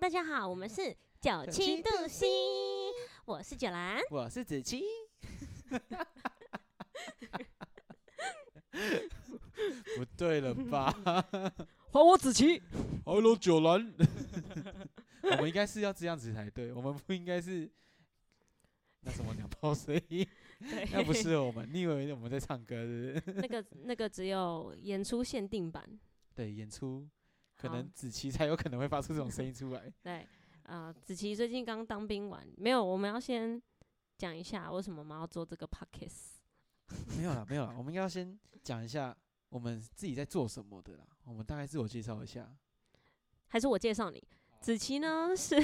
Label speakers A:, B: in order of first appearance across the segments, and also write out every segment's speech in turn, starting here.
A: 大家好，我们是九七度 C，我是九兰。
B: 我是子 期。不对了吧
C: 还我子琪，
B: ？Hello，九兰。 我们应该是要这样子才对，我们不应该 是那什么两炮声 音，
A: 对
B: 那不适合我们。你以为我们在唱歌是不是？
A: 那个那个只有演出限定版，
B: 对，演出可
A: 好
B: 能子琪才有可能会发出这种声音出来。
A: 对，啊、子琪最近刚当兵完，没有，我们要先讲一下为什么我们要做这个 podcast。
B: 没有啦，没有啦，我们应该要先讲一下我们自己在做什么的啦。我们大概自我介绍一下。
A: 还是我介绍你，子琪呢是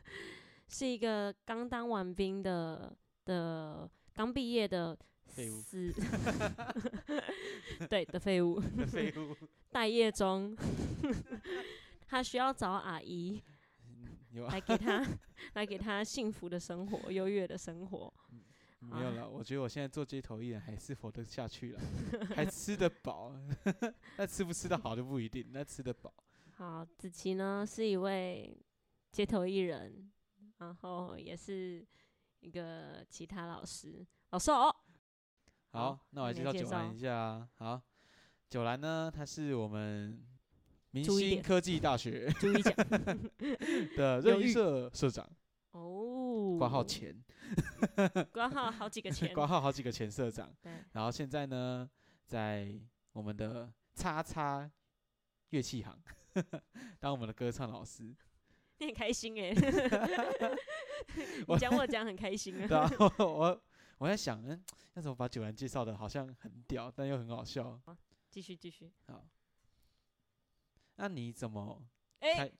A: 是一个刚当完兵的的刚毕业的
B: 废物
A: 死， 对的废物，
B: 废 物，
A: 待业中， 他需要找阿姨
B: 有啊？
A: 来给他 来给他幸福的生活、优越的生活。
B: 没
A: 啊
B: 有啦，我觉得我现在做街头艺人还是活得下去 了，还吃得饱。 那吃不吃得好就不一定，那吃得饱。
A: 好，子琪呢是一位街头艺人，然后也是一个吉他老师，老师哦，好
B: 好，那我来
A: 你
B: 介
A: 来
B: 绍
A: 介
B: 九
A: 绍
B: 兰一下啊。好，九兰呢，她是我们明
A: 注意
B: 星
A: 点
B: 科技大 学
A: 注 意讲有
B: 的热
A: 预
B: 音社社长，
A: 哦，
B: 挂号，前，
A: 挂号好 几个钱，
B: 挂号好几个前社长。
A: 对，
B: 然后现在呢，在我们的叉叉乐器行 当我们的歌唱老师。
A: 你很开心 哎、欸， 你
B: 我
A: 讲我讲很开心啊，
B: 对啊，我我我在想，嗯，要怎么把九兰介绍的好像很屌，但又很好笑。
A: 继续继续，
B: 好，那你怎么
A: 哎、
B: 开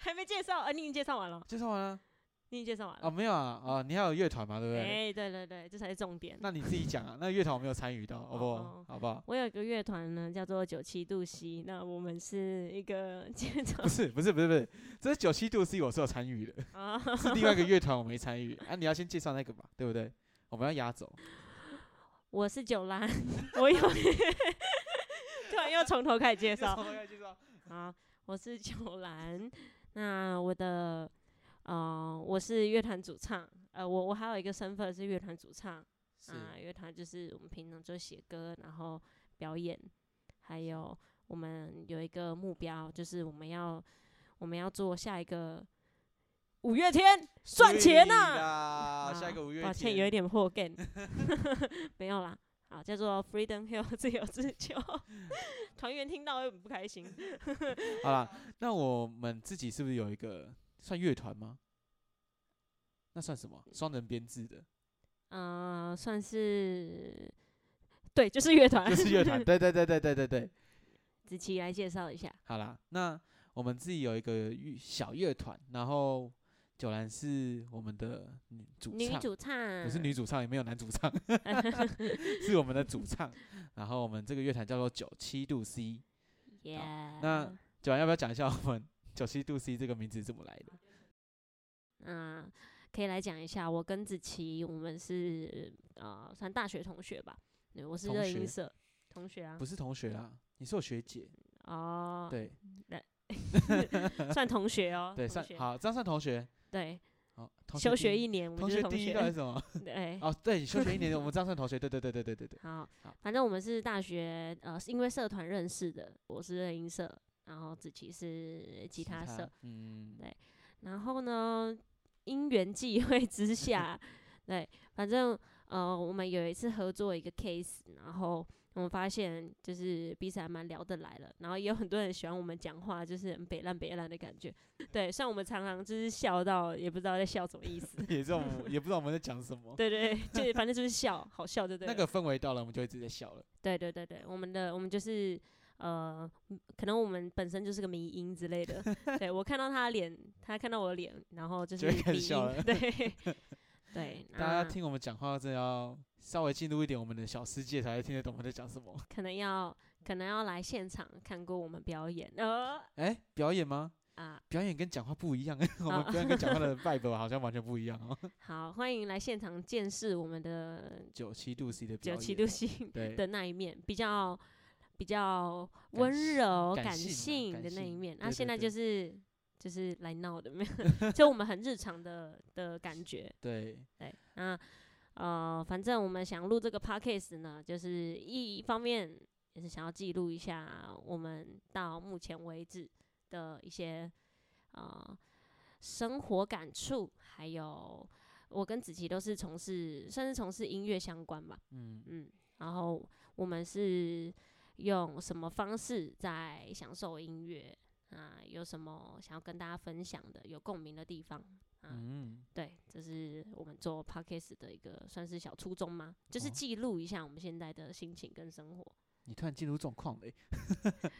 A: 还没介绍啊，你已经介绍完了，
B: 介绍完了？
A: 你已经介绍完了
B: 哦，，没有啊，哦，你还有乐团嘛，对不
A: 哎、
B: 对？
A: 对对对，这才是重点。
B: 那你自己讲啊，那乐团我没有参与到，好不
A: 哦
B: 好？好不好？
A: 我有一个乐团呢，叫做九七度 C，那我们是一个 街 头
B: 不是不是不是不是，这是九七度 C 我是有参与的，
A: 啊，
B: 是另外一个乐团我没参与。啊，你要先介绍那个吧，对不对？我们要压轴。
A: 我是九兰，我有 突然又从头开始介绍
B: 介绍。
A: 啊，我是九兰，那我的呃，我是乐团主唱，呃，我我还有一个身份是乐团主唱
B: 是
A: 啊，乐团就是我们平常就写歌，然后表演，还有我们有一个目标，就是我们要我们要做下一个五月天。赚钱啊
B: 呐啊下一个五月
A: 抱歉，有一点破 g 没有啦，好，叫做 Freedom Hill 自由自救。 团员听到会很不开心。
B: 好啦，那我们自己是不是有一个算乐团吗？那算什么？双人编制的，
A: 嗯、算是对，就是乐团
B: 就。是乐团。对对对对对对对。
A: 子琪来介绍一下，
B: 好啦，那我们自己有一个乐小乐团，然后九兰是我们的女主
A: 女
B: 唱，
A: 主唱，
B: 我是 女主 唱，也没有男主唱，是我们的主唱。然后我们这个乐团叫做九七度 C。
A: 耶。
B: 那九兰要不要讲一下我们九七度 C 这个名字怎么来的？
A: 嗯，可以来讲一下，我跟子琪，我们是呃，算大学同学吧。对我是
B: 同
A: 热
B: 学
A: 音社同学啊
B: 不。是同学啦，你是我学姐，
A: 哦，
B: 对
A: 算同学哦。
B: 对，
A: 同
B: 算
A: 学
B: 好，这样算同学。
A: 对，
B: 好，同
A: 休
B: 第
A: 学
B: 一
A: 一年，我们
B: 同
A: 就是
B: 学
A: 同
B: 第一到底
A: 学
B: 是。什么？
A: 对，
B: 哦，对，休学一年，我们这样算同学。对对对对对对对。
A: 好
B: 好，
A: 反正我们是大学呃，是因为社团认识的，我是热音社，然后子琪是 吉他社，，
B: 嗯，
A: 然后呢，因缘际会之 下，对，反正呃，我们有一次合作一个 case，然后我们发现就是彼此还蛮聊得来了，然后也有很多人喜欢我们讲话，就是很北烂北烂的感觉，对，虽然我们常常就是笑到也不知道在笑什么意思，
B: 也知道我们也不知道我们在讲什么。
A: 对对对，就是反正就是笑，好笑就对
B: 那
A: 了。
B: 个氛围到了，我们就会直接笑了。
A: 对对对对，我们的我们就是呃，嗯可能我们本身就是个迷音之类的。对我看到他的脸，他看到我的脸，然后就是
B: 就会开始
A: 迷
B: 笑
A: 音
B: 了
A: 对 对，
B: 大家
A: 那
B: 听我们讲话，真的要稍微进入一点我们的小世界，才会听得懂我们在讲什么。
A: 可能要可能要来现场看过我们表演，呃
B: 哎，表演吗？
A: 啊，
B: 表演跟讲话不一样， 我
A: 啊
B: 们表演跟讲话 的 vibe 好像完全不一样哦。
A: 好，欢迎来现场见识我们的
B: 九七度 C 的表
A: 九
B: 演，
A: 七度星
B: 对
A: 的那一面，比较。比较
B: 感
A: 温
B: 性
A: 柔、
B: 感
A: 感
B: 性啊
A: 性
B: 感
A: 的那一
B: 性
A: 面，那、
B: 对
A: 现在
B: 对对
A: 就是就是来闹的，没有， 就我们很日常的的感觉。
B: 对，
A: 对，那呃，反正我们想录这个 podcast 呢，就是一方面也是想要记录一下我们到目前为止的一些呃生活感触，还有我跟子琪都是从事算是从事音乐相关吧，
B: 嗯，
A: 嗯，然后我们是用什么方式在享受音乐啊？有什么想要跟大家分享的、有共鸣的地方？啊
B: 嗯，
A: 对，这是我们做 podcast 的一个算是小初衷吗？就是
B: 哦
A: 记录一下我们现在的心情跟生活。
B: 你突然进入状况嘞，
A: 嗯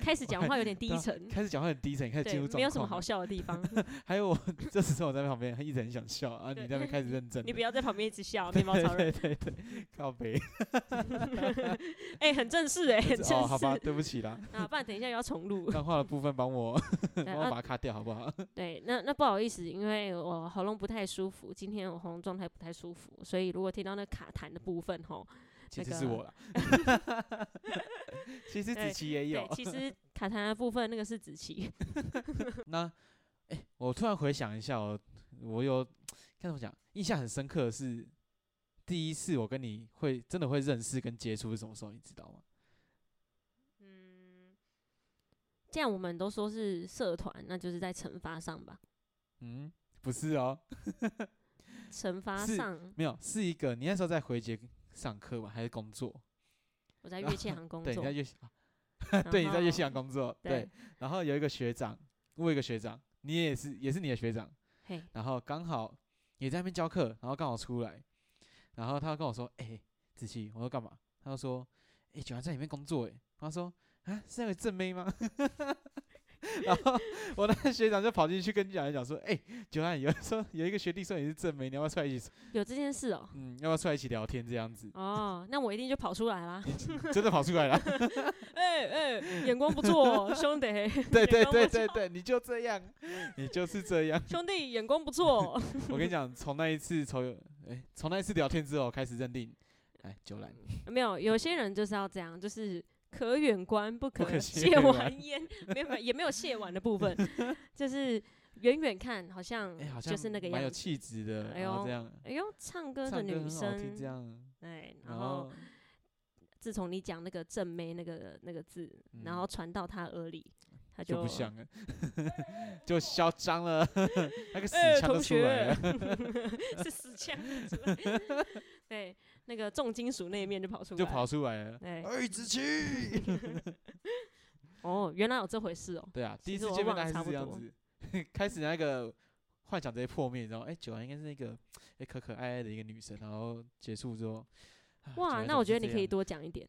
A: 开 始讲话有点低
B: 对啊
A: 沉，
B: 开始讲话很低沉，开始进
A: 对
B: 入，状况，
A: 没有什么好。笑的地 方。
B: 还有我，这时候我在旁边一直很想笑啊，你
A: 对
B: 在那边开始认真 了，
A: 你不要在旁边一直笑，面包超人
B: 对，对对，靠北，
A: 哎、很正式哎、很正式。
B: 哦，好吧，对不 起啦，
A: 啊，不然等一下又要重 录。
B: 漫画的部分帮我
A: 对
B: 帮我
A: 啊，
B: 把它卡掉好不好？
A: 对，那那不好意思，因为我喉咙不太舒服，今天我喉咙状态不太舒服，所以如果听到那卡痰的部分吼，
B: 其
A: 那
B: 实是
A: 个
B: 我啦，其实子
A: 对
B: 琪也
A: 对
B: 有，。
A: 其实 卡痰的部分那个是子琪，
B: 那，哎、我突然回想一下哦，我有该怎么讲？印象很深刻的是第一次我跟你会真的会认识跟接触是什么时候，你知道吗？
A: 嗯，既然我们都说是社团，那就是在惩罚上吧。
B: 嗯，不是哦，
A: 惩罚
B: 是
A: 上，
B: 没有，是一个你那时候在回杰上课吗？还是工作？
A: 我在
B: 然
A: 乐器
B: 后
A: 行工
B: 对，你
A: 作
B: 在，乐器，
A: 然
B: 对，你在乐
A: 后
B: 器行工作，对
A: 对。
B: 然后有一个学长，我有一个学长，你也是，也是你的学长，
A: 嘿，
B: 然后刚好也在那边教课，然后刚好出来，然后他跟我说：“哎、子琪，我说干嘛？”他就说：“哎、九安在里面工作。”哎，他说：“啊，是那个正妹吗？” 然后我那个学长就跑进去跟九安讲说：“哎、九安有人说有一个学弟说你是正妹，你要不要出来一起？
A: 有这件事哦、
B: 嗯，要不要出来一起聊天这样子
A: 哦，那我一定就跑出来啦！？”真
B: 真的跑出来了，
A: 哎哎、眼光不错、哦，兄弟
B: 对对
A: 眼光
B: 对
A: 不错
B: 对对，你就这样，你就是这样。
A: 兄弟眼光不错、 哦。
B: 我跟你讲，从那一次从哎从那一次聊天之后开始认定，哎，九兰
A: 没有，有些人就是要这样，就是可远观不可
B: 可亵
A: 亵玩
B: 玩
A: 焉，没有没有也没有亵玩的部 分，就是远远看好像
B: 哎、好像
A: 就是那个
B: 蛮有
A: 样子。
B: 气质的，哦
A: 哎
B: 然后这
A: 呦
B: 样
A: 哎呦，唱歌
B: 唱歌
A: 的女
B: 很好听，这
A: 生，
B: 样，哦
A: 哎，然
B: 然
A: 后
B: 后
A: 自从你讲那个“正妹”那个那个字，然
B: 嗯
A: 后传到他耳里，他
B: 就
A: 就
B: 不像了， 就嚣张了， 那个死
A: 哎、
B: 腔都
A: 同
B: 出
A: 学
B: 来了，，
A: 是死腔出来， 对，那个重金属那一面就跑出来，
B: 就跑，出来了。
A: 对，
B: 哎，子琪，
A: 哦，原来有这回事哦，
B: 对啊，
A: 其
B: 第一
A: 实
B: 次
A: 我
B: 见面
A: 忘
B: 大
A: 得
B: 概
A: 差
B: 是
A: 不
B: 这样
A: 多
B: 子， 开始那个幻想直接破灭，然后哎，九安应该是那个哎可可爱爱的一个女生，然后结束之后，啊九
A: 哇，
B: 安
A: 那
B: 怎
A: 我
B: 么
A: 觉
B: 是
A: 得你
B: 这
A: 可以
B: 样，
A: 多讲一 点，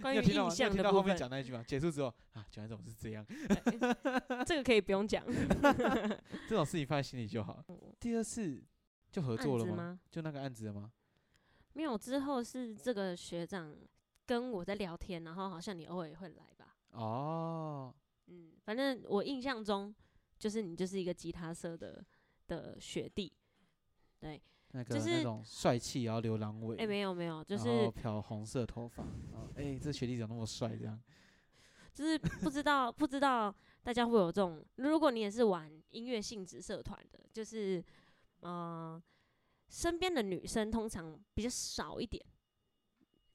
A: 关
B: 你
A: 于
B: 有听到
A: 印
B: 吗你有
A: 象
B: 听
A: 的
B: 到
A: 部
B: 后面
A: 分，
B: 讲那一句吗？结束之后啊，九安怎么是这样？
A: 这个可以不用 讲，
B: 这种事情放在心里就好。第二次就合
A: 案
B: 作了
A: 子
B: 吗？
A: 吗？
B: 就那个案子了吗？
A: 没有，之后是这个学长跟我在聊天，然后好像你偶尔也会来吧，
B: 哦，
A: 嗯，反正我印象中就是你就是一个吉他社的的学弟，
B: 那
A: 就
B: 个、
A: 是
B: 那种帅气，然后留狼尾，
A: 哎、没有没有，就
B: 然
A: 是
B: 后漂红色头发，然后哎、这学弟怎么那么帅？这样，
A: 就是不知道不知道大家会有这种，如果你也是玩音乐性质社团的，就是嗯、呃身边的女生通常比较少一点，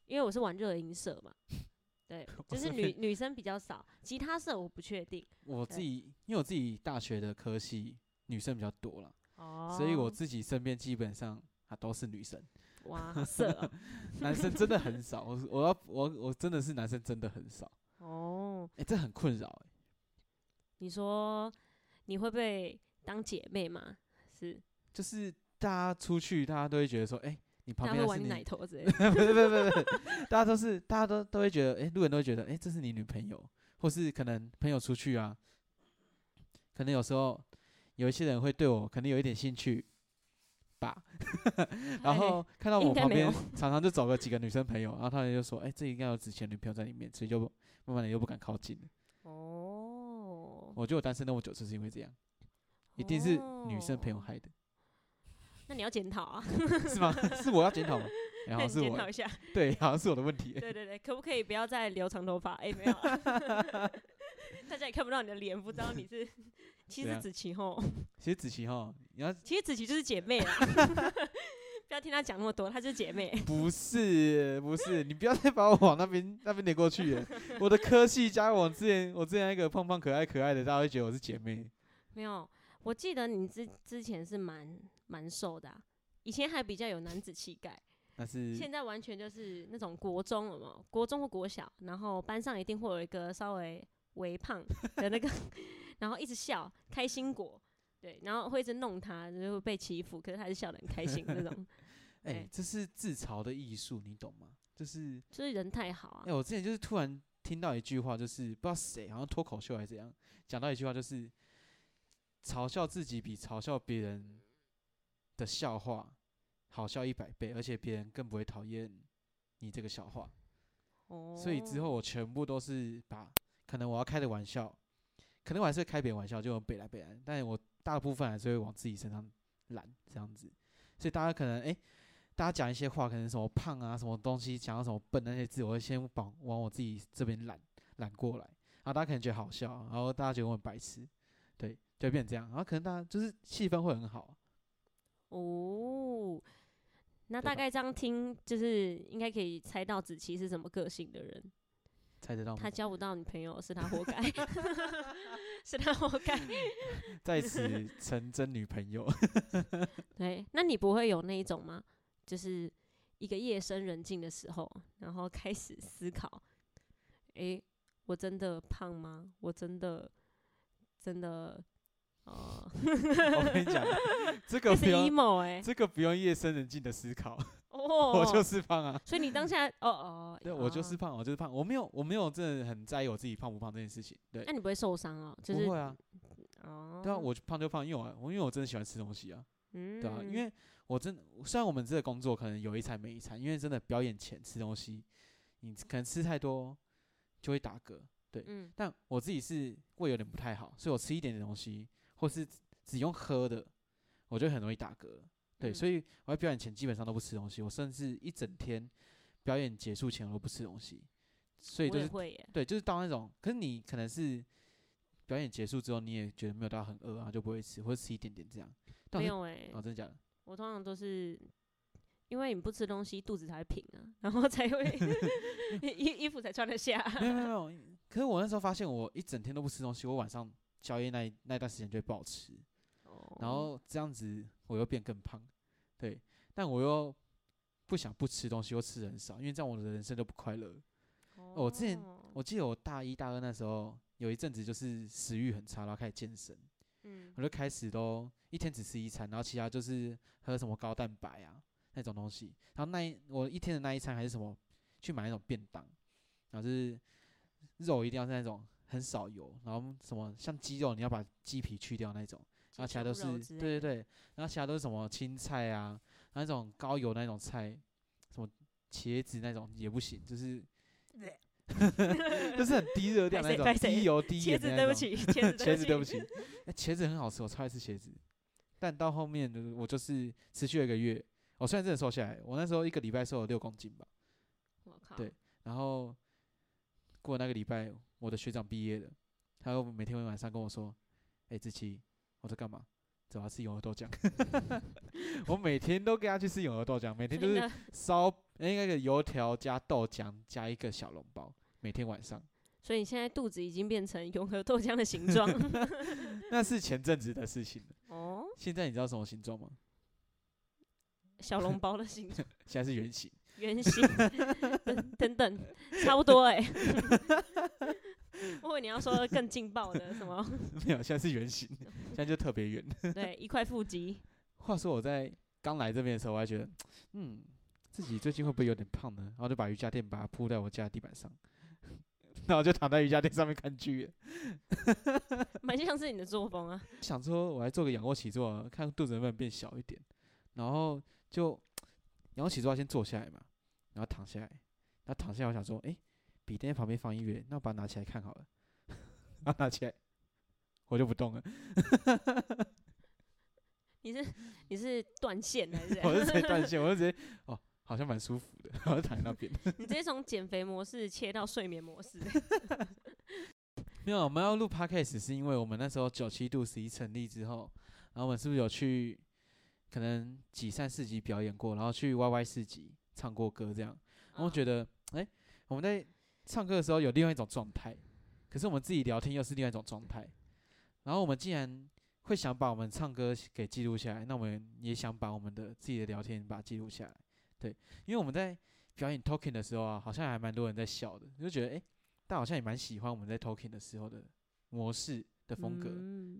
A: 因为我是玩热音社嘛， 对，就
B: 我
A: 是
B: 是
A: 女女生比较少，吉他社我不确定
B: 我
A: 对
B: 自己因为我自己大学的科系女生比较多啦，
A: 哦
B: 所以我自己身边基本上。啊，都是女生，
A: 哇好色 哦
B: 男生真的很少。我我要我我真的是男生真的很少，
A: 哦，
B: 哎、这很困扰、欸。
A: 你说你会被当姐妹吗？是，
B: 就是大家出去，大家都会觉得说，哎、你旁
A: 他
B: 边
A: 会
B: 那
A: 玩
B: 是
A: 你
B: 你。
A: 奶头之类的
B: 不是不是不是，不是大家都是大家都都会觉得，哎、路人都会觉得，哎、这是你女朋友，或是可能朋友出去啊，可能有时候有一些人会对我可能有一点兴趣吧， 然后看到
A: 哎应
B: 我
A: 该
B: 旁
A: 没有
B: 边常常就走个几个女生朋友，然后他们就说，哎、这应该有之前女朋友在里面，所以就慢慢的又不敢靠近了。
A: 哦，
B: 我觉得我单身那么久就是因为这样，一定是女生朋友
A: 哦
B: 害的，
A: 那你要检讨啊，
B: 是吗？ 是我要 检讨吗？
A: 那
B: 然后
A: 你
B: 是
A: 检讨
B: 我
A: 一下。
B: 对，好像是我的问题。
A: 对对对，可不可以不要再留长头发？哎、没有啊、 大家也看不到你的脸，不知道你是其
B: 对
A: 实
B: 啊
A: 子琪吼，
B: 其实子琪哈，你要
A: 其实子琪就是姐妹 啦。不要听她讲那么多，她就是姐妹。
B: 不是不是，你不要再把我往那边那边点过去耶。我的科系加我之前我之前那个胖胖可爱可爱的，大家会觉得我是姐妹。
A: 没有，我记得你之之前是蛮蛮瘦的啊、以前还比较有男子气概，
B: 但是
A: 现在完全就是那种国中了嘛，国中或国小，然后班上一定会有一个稍微微胖的那个， 然后一直笑，开心果。对，然后会一直弄他，就会被欺负，可是他还是笑得很开心那 种，
B: 哎、
A: 哎
B: 这是自嘲的艺术，你懂吗？就是
A: 就是人太好啊
B: 哎、。我之前就是突然听到一句话，就是不知道谁好像脱口秀还是怎样，讲到一句话，就是嘲笑自己比嘲笑别人的笑话好笑一百倍，而且别人更不会讨厌你这个笑话。
A: 哦，
B: 所以之后我全部都是把可能我要开的玩笑，可能我还是会开别人玩笑，就北来北来，但是我大部分还是会往自己身上揽这样子。所以大家可能哎、诶大家讲一些话，可能什么胖啊，什么东西，讲到什么笨那些字，我会先往往我自己这边揽揽过来，然后大家可能觉得好笑，啊然后大家觉得我很白痴，对，就会变成这样，然后可能大家就是气氛会很好。
A: 哦，那
B: 对
A: 大
B: 吧
A: 概这样听，就是应该可以猜到子琪是什么个性的人。
B: 猜得到
A: 他
B: 吗？
A: 交不到女朋友是他活该， 是他活该。
B: 在此成真女朋 友，
A: 对，那你不会有那一种吗？就是一个夜深人静的时候，然后开始思考，诶、我真的胖吗？我真的真的哦，
B: 我跟你讲，这个
A: 这是
B: 不用
A: emo 哎、
B: 这个不用夜深人静的 思考，
A: 哦，
B: 我就是胖啊，
A: 所以你当下哦哦，
B: 对我就
A: 啊
B: 是胖，我就是胖，我没有我没有真的很在意我自己胖不胖这件事情，对
A: 那、，你不会受伤哦，就是
B: 不会啊，
A: 哦，
B: 对啊，我就胖就胖，因为我我因为我真的喜欢吃东西啊，
A: 嗯，
B: 对啊，因为我真的虽然我们这个工作可能有一餐没一餐，因为真的表演前吃东西，你可能吃太多就会打嗝，
A: 嗯
B: 但我自己是胃有点不太好，所以我吃一点点东西，或是只只用喝的，我就很容易打嗝。对，
A: 嗯
B: 所以我在表演前基本上都不吃东西，我甚至一整天表演结束前我都不吃东西，所以
A: 我
B: 就
A: 也
B: 是
A: 会耶，
B: 对，就是到那种，可是你可能是表演结束之后你也觉得没有到很饿啊，就不会吃，或者吃一点点这样。但
A: 没
B: 我
A: 有哎、
B: 是哦，真的假 的？
A: 我通常都是因为你不吃东西，肚子才会平啊，然后才会 衣衣服才穿得下。
B: 没有没有没有，可是我那时候发现我一整天都不吃东西，我晚上宵夜那一那一段时间就会暴吃。
A: 哦
B: 然后这样子我又变更胖，对，但我又不想不吃东西，又吃得很少，因为这样我的人生就不快乐。
A: 哦，
B: 我之前
A: 哦
B: 我记得我大一大二那时候有一阵子就是食欲很差，然后开始健身，
A: 嗯
B: 我就开始都一天只吃一餐，然后其他就是喝什么高蛋白啊那种东西，然后那一我一天的那一餐还是什么去买那种便当，然后就是肉一定要是那种很少油，然后什么像鸡肉你要把鸡皮去掉那种。然后其他都
A: 鸡胸肉
B: 是
A: 之类
B: 对对
A: 的
B: 对，然后其他都是什么青菜啊，那种高油那种菜，什么茄子那种也不行，就是 就是很低热量
A: 拍
B: 那
A: 谁拍
B: 种，低
A: 谁
B: 油低
A: 茄
B: 盐
A: 子
B: 的
A: 对
B: 那
A: 不
B: 种。
A: 起，茄子
B: 茄 子对不
A: 起，
B: 起，哎茄子很好吃，我超爱吃茄子。但到后面就是我就是持续了一个月，我虽然真的瘦下来，我那时候一个礼拜瘦了六公斤吧，
A: 我靠，
B: 对然后过了那个礼拜，我的学长毕业了，他又每天晚上跟我说：“哎、志奇，我在干嘛？走啊，吃永和豆 浆。”我每天都跟他去吃永和豆浆，每天
A: 真
B: 就
A: 的
B: 是烧哎那个油条加豆浆加一个小笼包，每天晚上。
A: 所以你现在肚子已经变成永和豆浆的形状
B: 那是前阵子的事情了。
A: 哦，
B: 现在你知道什么形状吗？
A: 小笼包的形状，
B: 现在是圆形。
A: 圆形，等等等，差不多哎、 我以为你要说更劲爆的什么，
B: 没有，现在是圆形，现在就特别圆。
A: 对，一块腹肌，
B: 话说我在刚来这边的时候，我还觉得，嗯，自己最近会不会有点胖呢？然后就把瑜伽垫把它铺在我家的地板上， 然后就躺在瑜伽垫上面看剧，
A: 蛮像是你的作风啊。
B: 想说我来做个仰卧起坐啊，看肚子能不能变小一点。然后就仰卧起坐要先坐下来嘛，然后躺下来，然后躺下来我想说，诶，笔电在旁边放音乐，那我把它拿起来看好了， 然后拿起来我就不动了，
A: 你是你是断线还是怎样？
B: 我就直接 断线，我就直接哦，好像蛮舒服的，然后就躺在那边。
A: 你直接从减肥模式切到睡眠模式。
B: 没有，我们要录 podcast 是因为我们那时候九七度 C 成立之后，然后我们是不是有去可能几善市集表演过，然后去 YY 市集唱过歌这样，然后我觉
A: 得
B: 得哎、诶我们在唱歌的时候有另外一种状态，可是我们自己聊天又是另外一种状态，然后我们竟然会想把我们唱歌给记录下来，那我们也想把我们的自己的聊天把它记录下来，对，因为我们在表演 talking 的时候啊，好像还蛮多人在笑的，就觉得哎、诶大家好像也蛮喜欢我们在 talking 的时候的模式的风格，
A: 嗯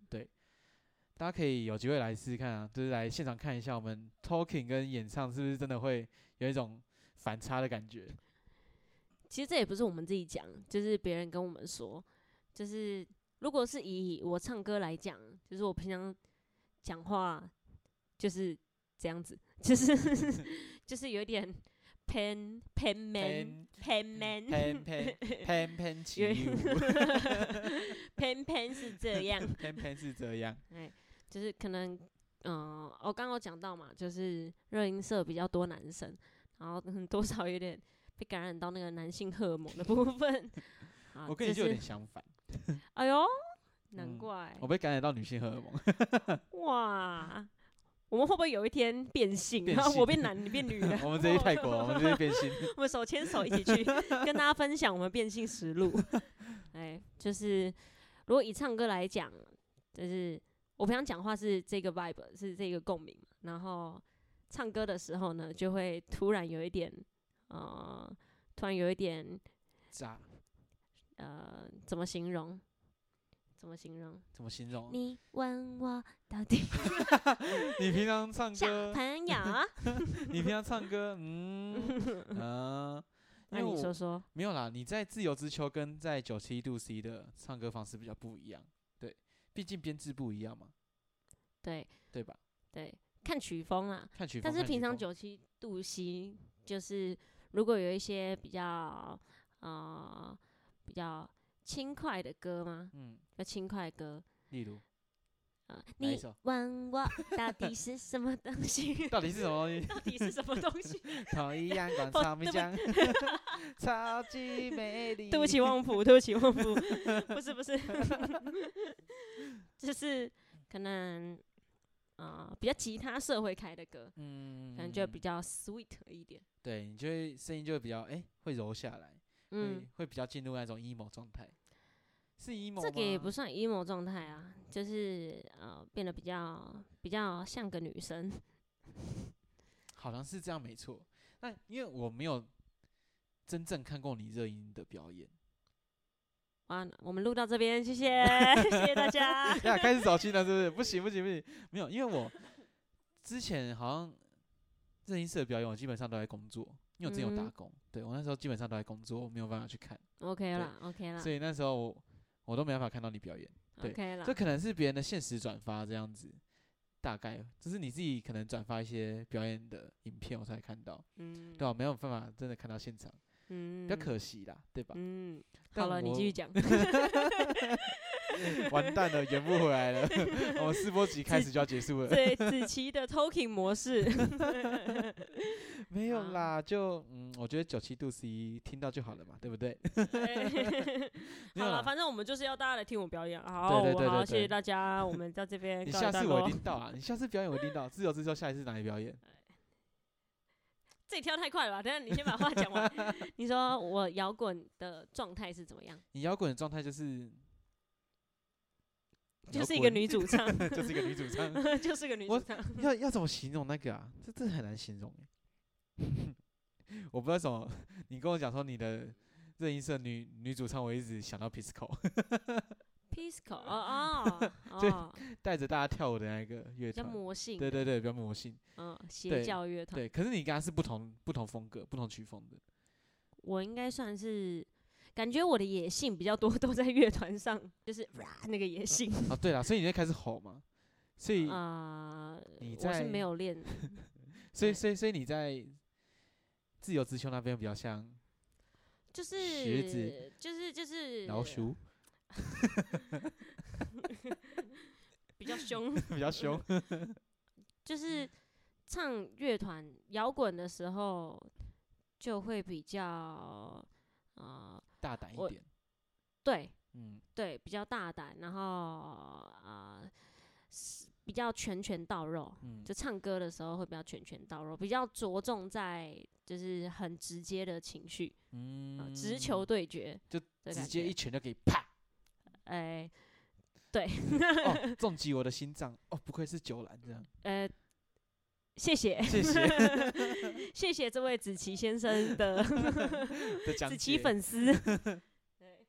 B: 大家可以有机会来试试看啊，就是来现场看一下我们 talking 跟演唱是不是真的会有一种反差的感觉。
A: 其实这也不是我们自己讲，就是别人跟我们说，就是如果是以我唱歌来讲，就是我平常讲话就是这样子，就是 就是有点 pen pen man pen man
B: pen pen pen pen 起
A: 有
B: 舞
A: pen pen 是这 样，
B: ，pen pen 是这样，
A: 哎，就是可能，嗯、呃，我刚刚有讲到嘛，就是热音社比较多男生，然后嗯多少有点被感染到那个男性荷尔蒙的部分。 啊
B: 我跟你
A: 这
B: 就有
A: 是
B: 点相反，
A: 哎呦，
B: 嗯
A: 难怪、
B: 我被感染到女性荷 尔蒙，
A: 哇！我们会不会有一天变性？
B: 变
A: 然后
B: 性
A: 我变男，你变女了
B: ？我们直接去泰 国，我们直接变性。
A: 我们手牵手一起去跟大家分享我们变性实录。 哎，就是如果以唱歌来讲，就是我平常讲话是这个 vibe，是这个共鸣嘛，然后唱歌的时候呢，就会突然有一点，呃，突然有一点，
B: 渣
A: 呃，怎么形容？怎么形容？
B: 怎么形容？
A: 你问我到底
B: 你平常唱
A: 小
B: 歌，
A: 朋友？啊
B: 你平常唱歌，嗯啊，因
A: 那
B: 为
A: 你
B: 我
A: 说说，
B: 没有啦，你在自由之秋跟在九七度 C 的唱歌方式比较不一样，对，毕竟编制不一样嘛，
A: 对
B: 对吧？
A: 对，看曲风啊。
B: 看曲风，
A: 但是
B: 看曲
A: 平常
B: 风
A: 九七度 C 就是如果有一些比较呃比较轻快的歌吗？
B: 嗯，
A: 比较轻快的歌
B: 例如
A: 啊、呃
B: 哪一
A: 你
B: 首
A: 问我到底是什么东西？
B: 到底是什么东西？
A: 到底是什么东西？
B: 同一样广
A: 哦
B: 场米
A: 对不
B: 江，超级美 丽。
A: 对不起，旺普，对不起，旺普， 不是不 是，就是可能啊、呃比较吉他社会开的歌，
B: 嗯，
A: 可能就比较 sweet 一点。
B: 对，你就会声音就会比较哎、会柔下来，
A: 嗯
B: 会，会比较进入那种 emo 状态，是 emo
A: 这个也不
B: 是
A: 算 emo 状态啊，就是呃变得比较比较像个女生。
B: 好像是这样没错。那因为我没有真正看过你热音的 表演，
A: 啊，我们录到这边，谢谢谢谢大 家。
B: 呀，开始找新了是不是？不行不行不行，没有，因为我之前好像热音社的表演，我基本上都在工作，因为我之前有打
A: 嗯
B: 工，对我那时候基本上都在工作，我没有办法去看，
A: OK 啦，OK 啦
B: 所以那时候我我都没办法看到你表演。对
A: ，OK 啦
B: 这。可能是别人的现实转发这样子，大概就是你自己可能转发一些表演的影片，我才看到，
A: 嗯，
B: 对吧、啊没有办法真的看到现场，
A: 嗯
B: 比较可惜啦，对吧？
A: 嗯，
B: 但
A: 好了，你
B: 我
A: 继续讲。
B: 完蛋了，圆不回来了，我们试播集开始就要结束了。
A: 对，子琪的 talking 模式。
B: 没有
A: 好
B: 啦，就嗯，我觉得九七度 C 听到就好了嘛，对不对？ 没
A: 好
B: 有
A: 了，
B: 啦，
A: 反正我们就是要大家来听我表演。好，
B: 对
A: 我
B: 对
A: 好，
B: 对
A: 谢
B: 对
A: 谢大家，我们到这边
B: 你
A: 告一
B: 下
A: 段
B: 次我
A: 落
B: 一。定到啊，你下次表演我一定到，自由之秋下一次哪里表演？
A: 这里跳太快了吧？等一下你先把话讲完。 你说我摇滚的状态是怎么样？
B: 你摇滚的状态就是。
A: 就是一个女主唱，
B: 摇滚， 就是一个女 主唱，
A: 就是个女
B: 我
A: 主唱。
B: 要要怎么形容那个啊？这这很难形容欸 我不知道怎么，你跟我讲说你的热音社女女主唱，我一直想到 Pisco，
A: Pisco 哦哦
B: 就
A: 哦，
B: 带着大家跳舞的那个乐
A: 比较
B: 团。
A: 魔性，
B: 对对对，比较魔性。
A: 嗯，
B: 对
A: 邪教乐团。
B: 对，可是你跟他是不同不同风格、不同曲风的。
A: 我应该算是，感觉我的野性比较多，都在乐团上，就是哇那个野性
B: 哦，对啦，所以你就开始吼嘛。所以，
A: 啊，
B: 你
A: 我是
B: 在
A: 没有练，
B: 所以，
A: 对
B: 所以，所以你在自由之丘那边比较像
A: 就
B: 学子
A: 是就是就是
B: 老鼠，
A: 比较凶，
B: 比较凶。
A: 就是唱乐团摇滚的时候就会比较啊、呃
B: 大胆一
A: 我
B: 点。
A: 对，
B: 嗯，
A: 对，比较大胆，然后呃是比较拳拳到肉，
B: 嗯
A: 就唱歌的时候会比较拳拳到肉，比较着重在就是很直接的情绪，呃
B: 嗯，
A: 直球对决
B: 就
A: 的
B: 直
A: 感
B: 接
A: 觉
B: 一拳就给啪，
A: 哎、
B: 哦，重击我的心脏，哦，不愧是九兰这样，
A: 呃，谢 谢
B: 谢谢
A: 谢谢这位子琪先生 的
B: 的讲
A: 子琪
B: 解。
A: 粉 丝，对，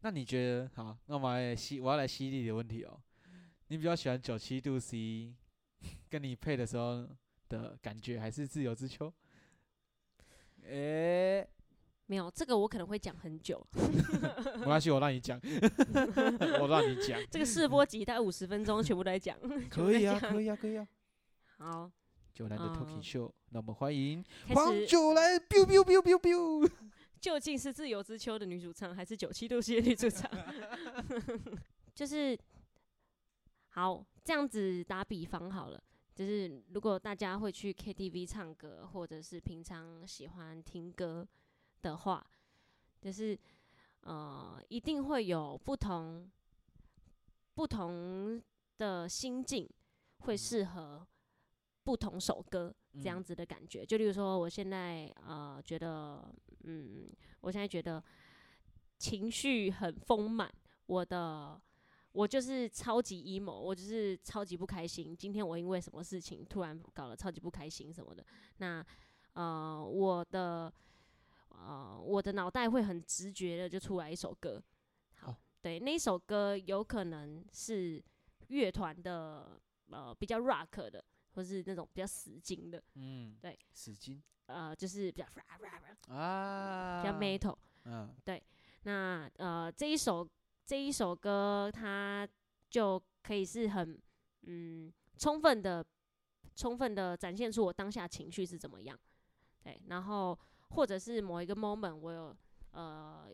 B: 那你觉得好？那我们来犀，我要来犀利的问题哦。你比较喜欢九七度 C 跟你配的时候的感觉，还是自由之秋？诶、
A: 没有这个我可能会讲很久，
B: 没关系，我让 你讲，我让你讲，
A: 这个试播集大概五十分钟全部都在讲，
B: 可以啊，
A: 讲
B: 可以啊，可以啊。
A: 好，
B: 九兰的 Talking
A: 嗯
B: Show，那我们欢迎
A: 开
B: 黄
A: 始
B: 九兰，biu biu biu biu biu。
A: 究竟是自由之秋的女主唱，还是九七度 C 的女主唱？ 就是好这样子打比方好了，就是如果大家会去 KTV 唱歌，或者是平常喜欢听歌的话，就是呃，一定会有不同不同的心境，会适合不同首歌。这样
B: 嗯
A: 子的感觉。就例如说，我现在呃觉得，嗯，我现在觉得情绪很丰满，我的我就是超级 emo，我就是超级不开心。今天我因为什么事情突然搞得超级不开心什么的，那呃我的呃我的脑袋会很直觉的就出来一首歌。好，
B: 哦
A: 对，那一首歌有可能是乐团的呃比较 rock 的。或是那种比较死劲的，
B: 嗯，
A: 对，
B: 死金
A: 呃，就是比较
B: 啊，
A: 比较 metal。
B: 嗯
A: 那呃，这一首这一首歌，它就可以是很嗯充分的、充分的展现出我当下情绪是怎么样。对，然后或者是某一个 moment，我有呃，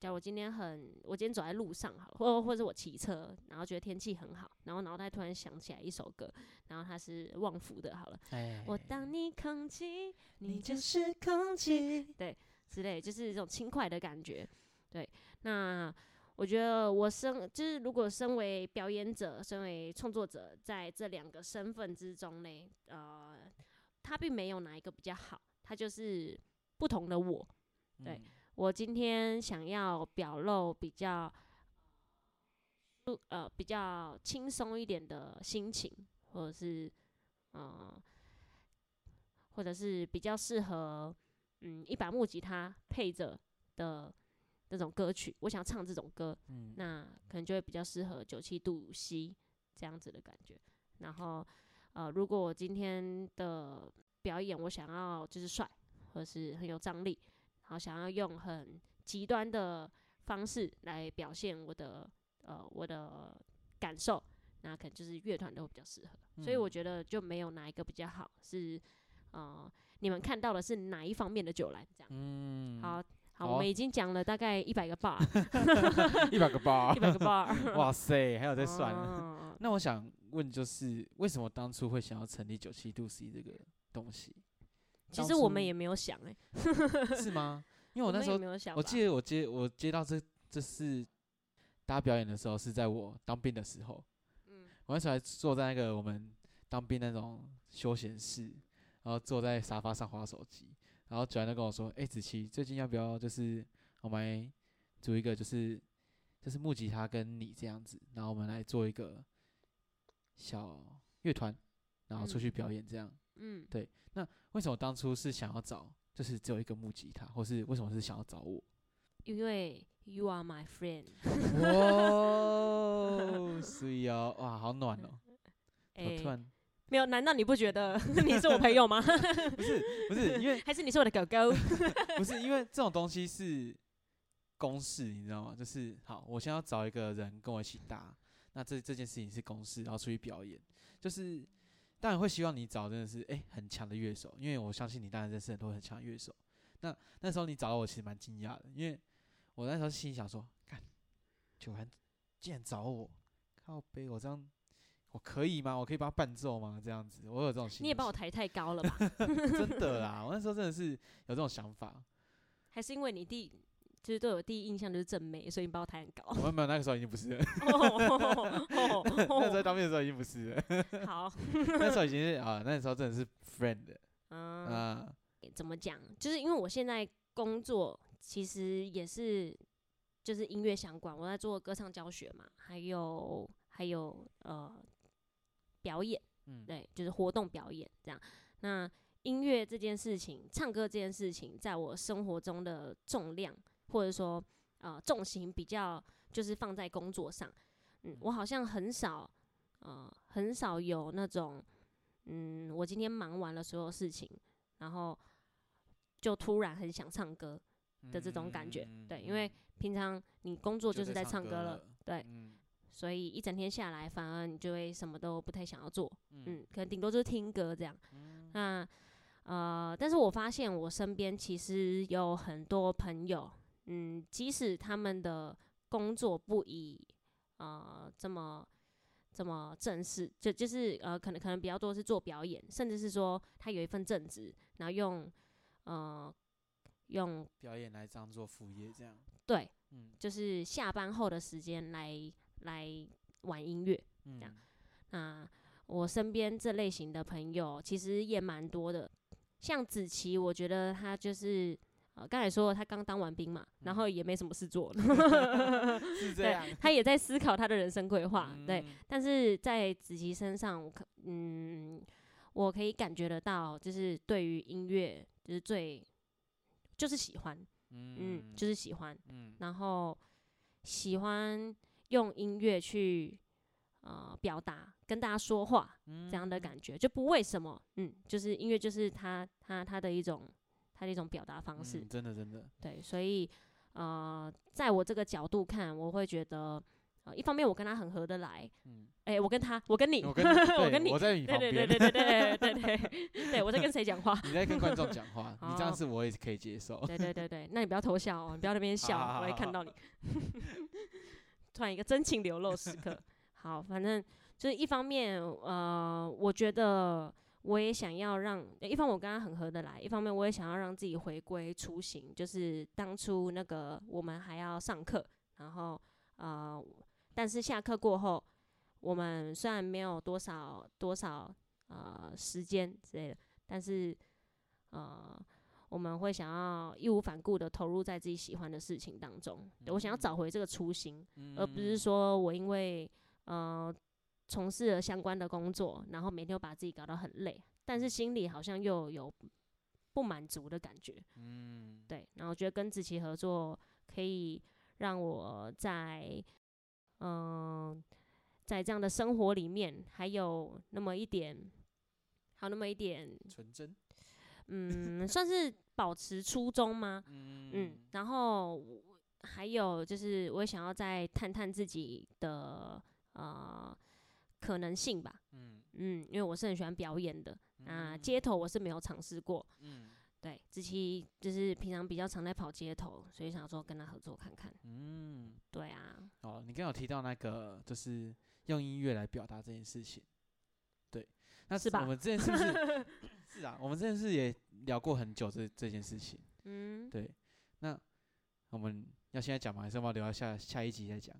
A: 假如我今天很，我今天走在路上好了，或或者我骑车，然后觉得天气很好，然后脑袋突然想起来一首歌，然后它是旺福的，好了，
B: 哎，
A: 我当你空气，你就是
B: 空气。
A: 之类，就是这种轻快的感觉。对，那我觉得我身就是如果身为表演者、身为创作者，在这两个身份之中嘞，呃，他并没有哪一个比较好，他就是不同的我。对
B: 嗯，
A: 我今天想要表露比较，呃，比较轻松一点的心情，或者是，呃，或者是比较适合，嗯，一把木吉他配着的那种歌曲，我想唱这种歌，
B: 嗯
A: 那可能就会比较适合九七度 C 这样子的感觉。然后，呃，如果我今天的表演我想要就是帅，或是很有张力，然后想要用很极端的方式来表现我的呃我的感受，那可能就是乐团都会比较适合。所
B: 嗯
A: 以我觉得就没有哪一个比较好，是呃你们看到的是哪一方面的九兰这样。
B: 嗯，
A: 好，好，
B: 好
A: 我们已经讲了大概一百个 bar，
B: 一百个包
A: 一，百个 bar，
B: 哇塞，还有在算。
A: 哦
B: 那我想问，就是为什么当初会想要成立九七度 C 这个东西？
A: 其
B: 当
A: 实我
B: 初
A: 们也没有想哎、
B: 是吗？因为我那
A: 们
B: 时
A: 也
B: 候，
A: 没有想吧，
B: 我记得我接我接到这这是大家表演的时候，是在我当兵的时候。
A: 嗯
B: 我那时候还坐在那个我们当兵那种休闲室，然后坐在沙发上划手机，然后九安就跟我说：“哎、子琪，最近要不要就是我们来组一个就是就是木吉他跟你这样子，然后我们来做一个小乐团，然后出去表演这样。
A: 嗯
B: 对，那为什么当初是想要找就是只有一个木吉他，或是为什么是想要找我？
A: 因为 you are my friend，
B: 哇，所以哦，哇，好暖哦！
A: 哎、
B: 我突然
A: 没有，难道你不觉得 你是我朋友吗？
B: 不是不是因为
A: 还是你是我的狗 狗？
B: 不是因为这种东西是公式，你知道吗？就是好，我先要找一个人跟我一起搭，那这这件事情是公式，然后出去表演，就是当然会希望你找真的是诶很强的乐手，因为我相信你当然认识很多很强的乐手。那那时候你找到我其实蛮惊讶的，因为我那时候心里想说，看九涵竟然找我，靠背我这样。我可以吗？我可以帮他伴奏吗？这样子，我有这种心情。
A: 你也把 我抬太高了吧？
B: 真的啦！我那时候真的是有这种想法。
A: 还是因为你弟就是对我第一印象就是正妹，所以你把我抬很 高。哦
B: 我没有，那个时候已经不是 了，那时候在当兵的时候已经不是 了，
A: 好，
B: 那时候已经是啊，那时候真的是 friend 了
A: 嗯，
B: 啊，
A: 怎么讲？就是因为我现在工作其实也是就是音乐相关，我在做歌唱教学嘛，还有还有呃表演，
B: 嗯，
A: 对，就是活动表演这样。那音乐这件事情，唱歌这件事情，在我生活中的重量，或者说呃重心比较就是放在工作上。嗯，我好像很少呃很少有那种嗯，我今天忙完了所有事情，然后就突然很想唱歌的这种感觉。
B: 嗯
A: 对，因为平常你工作就是在唱歌了，，对
B: 嗯
A: 所以一整天下来，反而你就会什么都不太想要做，
B: 嗯
A: 嗯，可能顶多就是听歌这样。那呃，但是我发现我身边其实有很多朋友，嗯，即使他们的工作不以呃这么这么正式，就就是呃可能可能比较多是做表演，甚至是说他有一份正职，然后用呃用
B: 表演来当做副业这样，
A: 对，
B: 嗯
A: 就是下班后的时间来来玩音乐，
B: 嗯
A: 样那我身边这类型的朋友其实也蛮多的，像子琪，我觉得她就是呃，刚才说了她刚当完兵嘛，然后也没什么事做，
B: 是这样
A: 对，，她也在思考她的人生规划，对。
B: 嗯，
A: 但是在子琪身上，我可嗯，我可以感觉得到，就是对于音乐，就是最就是喜欢，嗯，就是喜欢，
B: 嗯
A: 然后喜欢用音乐去呃表达，跟大家说话，
B: 嗯
A: 这样的感觉，就不为什么，嗯，就是音乐就是他他他的一种他的一种表达方式，
B: 嗯真的真的，
A: 对，所以呃，在我这个角度看，我会觉得，呃，一方面我跟他很合得来，
B: 嗯，
A: 哎、我跟他，我跟你，
B: 我跟对
A: 我跟你
B: 我在你
A: 对
B: 旁
A: 对
B: 边，？
A: 对对对对对对对，对我在跟谁讲话
B: 你在跟观众讲话，你 这样
A: 好
B: 是我也可以接受。
A: 对对对对，那你不要偷笑哦，你不要那边笑，
B: 好好
A: 我会看 到你。 突然一个真情流露时 刻，好，反正就是一方面，呃，我觉得我也想要让，一方面我跟他很合得来，一方面我也想要让自己回归初心，就是当初那个我们还要上课，然后呃，但是下课过后，我们虽然没有多少多少呃时间之类的，但是呃，我们会想要义无反顾的投入在自己喜欢的事情当中。对我想要找回这个初心， 而不
B: 嗯
A: 是说我因为呃从事了相关的工作，然后每天又把自己搞到很累，但是心里好像又有不满足的感觉。
B: 嗯，
A: 对，然后我觉得跟子琪合作可以让我在嗯、呃在这样的生活里面，还有那么一点，还有那么一点，
B: 纯真，
A: 嗯，算是保持初衷吗？
B: 嗯
A: 嗯，然后我还有就是，我也想要再探探自己的呃可能性吧。
B: 嗯
A: 嗯，因为我是很喜欢表演的，那
B: 嗯
A: 街头我是没有尝试过。
B: 嗯
A: 对，子琪就是平常比较常在跑街头，所以想说跟他合作看看。
B: 嗯，
A: 对啊，
B: 哦，你刚刚有提到那个就是用音乐来表达这件事情，对，那
A: 是吧
B: 我们之前是不是 是啊？我们之前是也聊过很久这这件事情，
A: 嗯，
B: 对，那我们要现在讲吗？还是我们要留到下下一集再讲？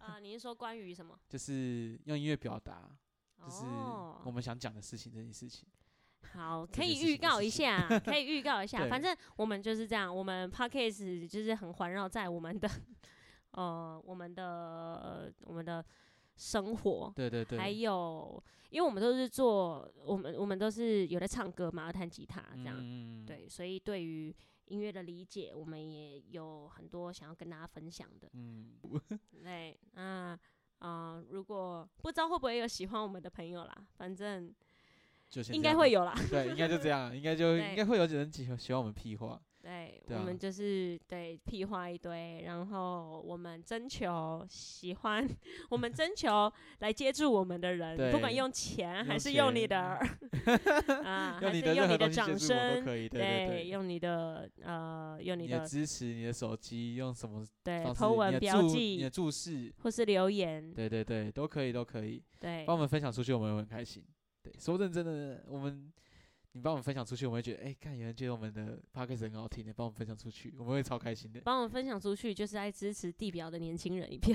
A: 啊、你是说关于什么？
B: 就是用音乐表达，就是我
A: 哦，
B: 们想讲的事情这件事情。
A: 好，
B: 这
A: 可
B: 件
A: 以
B: 事情
A: 预
B: 这
A: 告
B: 事
A: 一
B: 情
A: 下， 可以预告一下。
B: 对
A: 反正我们就是这样，我们 podcast 就是很环绕在我们的呃，我们的我们的生活，
B: 对对对，
A: 还有，因为我们都是做，我们我们都是有在唱歌嘛，要弹吉他这样，
B: 嗯，
A: 对，所以对于音乐的理解，我们也有很多想要跟大家分享的。
B: 嗯，
A: 对，那啊、呃如果不知道会不会有喜欢我们的朋友啦，反正
B: 就先
A: 应
B: 这
A: 该
B: 样啊
A: 会
B: 吧，
A: 有啦。
B: 对，应该就这样，应该 就
A: 对
B: 应该会有人喜欢喜欢我们屁话，
A: 对，
B: 对
A: 我
B: 啊
A: 们就是对屁话一堆，然后我们征求喜欢，我们征求来接住我们的人，不管
B: 对
A: 用钱还
B: 用
A: 是用你
B: 钱
A: 的 啊，还
B: 你
A: 是
B: 的任
A: 用
B: 何
A: 你
B: 东
A: 的
B: 西接
A: 掌
B: 住我们都
A: 声，
B: 可以，对对，
A: 用你的呃，用你
B: 你
A: 的
B: 的支持，你的手机用什么
A: 对
B: 方式，
A: 口
B: 你
A: 文
B: 的
A: 标
B: 注你的
A: 记
B: 注释，
A: 或是留言，
B: 对对对，都可以都可以，
A: 对
B: 帮我们分享出去，我们会很开心。对，说认真的，我们你帮我们分享出去，我们会觉得，哎、看有人觉得我们的 podcast 很好听的，帮我们分享出去，我们会超开心的。
A: 帮我分享出去，就是爱支持地表的年轻人一 票。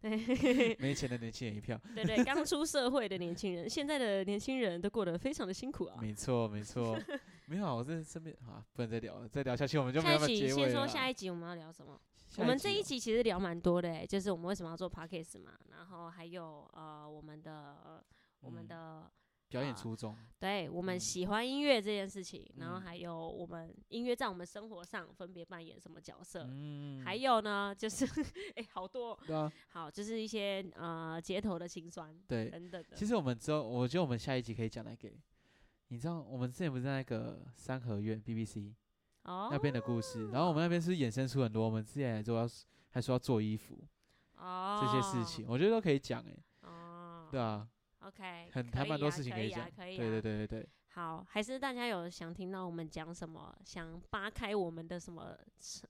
A: 对
B: 没钱的年轻人一票，
A: 对对，刚出社会的年轻人，现在的年轻人都过得非常的辛苦啊。
B: 没错没 错。没有啊，我这身边啊，不能再聊了，再聊下去我们就没
A: 下
B: 有
A: 一
B: 办法
A: 集
B: 结尾
A: 先
B: 了
A: 说
B: 啦。
A: 下一集我们要聊什么？
B: 下
A: 我们这
B: 集
A: 一
B: 哦
A: 集其实聊蛮多的、欸，就是我们为什么要做 podcast 嘛，然后还有呃我们的我们
B: 嗯
A: 的
B: 表演
A: 啊
B: 初衷，
A: 对我们
B: 嗯
A: 喜欢音乐这件事情，然后
B: 嗯
A: 还有我们音乐在我们生活上分别扮演什么角色，
B: 嗯，
A: 呃还有呢就是 哎、好多
B: 对啊，
A: 好就是一些呃街头的辛酸
B: 对。
A: 等等的。
B: 其实我们之后，我觉得我们下一集可以讲来给，你知道我们之前不是在那个三合院 BBC
A: 哦
B: 那边的故事，然后我们那边是衍生出很多，我们之前还说要还说要做衣服
A: 哦
B: 这些事情，我觉得都可以讲诶、
A: 哦，
B: 对啊，
A: ，OK，
B: 很
A: 可
B: 还蛮
A: 以
B: 多
A: 啊
B: 事情
A: 可
B: 以
A: 啊
B: 讲，
A: 可以
B: 对对
A: 啊
B: 对对对，
A: 好，还是大家有想听到我们讲什么，想扒开我们的什么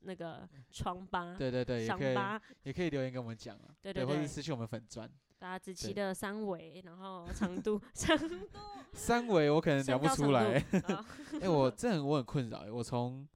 A: 那个疮疤、
B: 嗯对对对，也
A: 伤
B: 可以
A: 疤，
B: 也可以留言跟我们讲啊，
A: 嗯对
B: 对，
A: 对
B: 或者
A: 对
B: 失去我们粉砖
A: 大家啊子
B: 对
A: 期的三围，然后长 度、长
B: 三维，我可能聊
A: 身
B: 不
A: 高
B: 出
A: 长
B: 来、
A: 度好
B: 哎、我这很我很困扰、欸，我从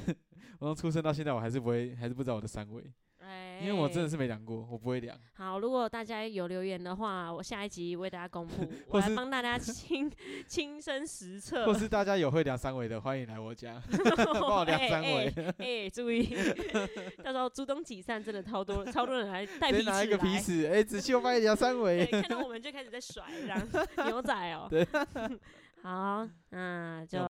B: 我从出生到现在，我还是不会，还是不知道我的三围，
A: 哎，
B: 因为我真的是没量过，我不会量。
A: 好。如果大家有留言的话，我下一集为大家公布，
B: 或
A: 我来
B: 是
A: 帮大家亲 亲身实测
B: 或。是大家有会量三围的，欢迎来我家 帮我量
A: 哎
B: 三围，
A: 哎哎，注意， 到时候猪东几散真的超 多超多人来带
B: 直
A: 皮
B: 接拿一
A: 尺
B: 个皮
A: 来。
B: 尺，哎，仔细我帮你量三围。
A: 对，看到我们就开始在甩，这样牛仔哦。好，那就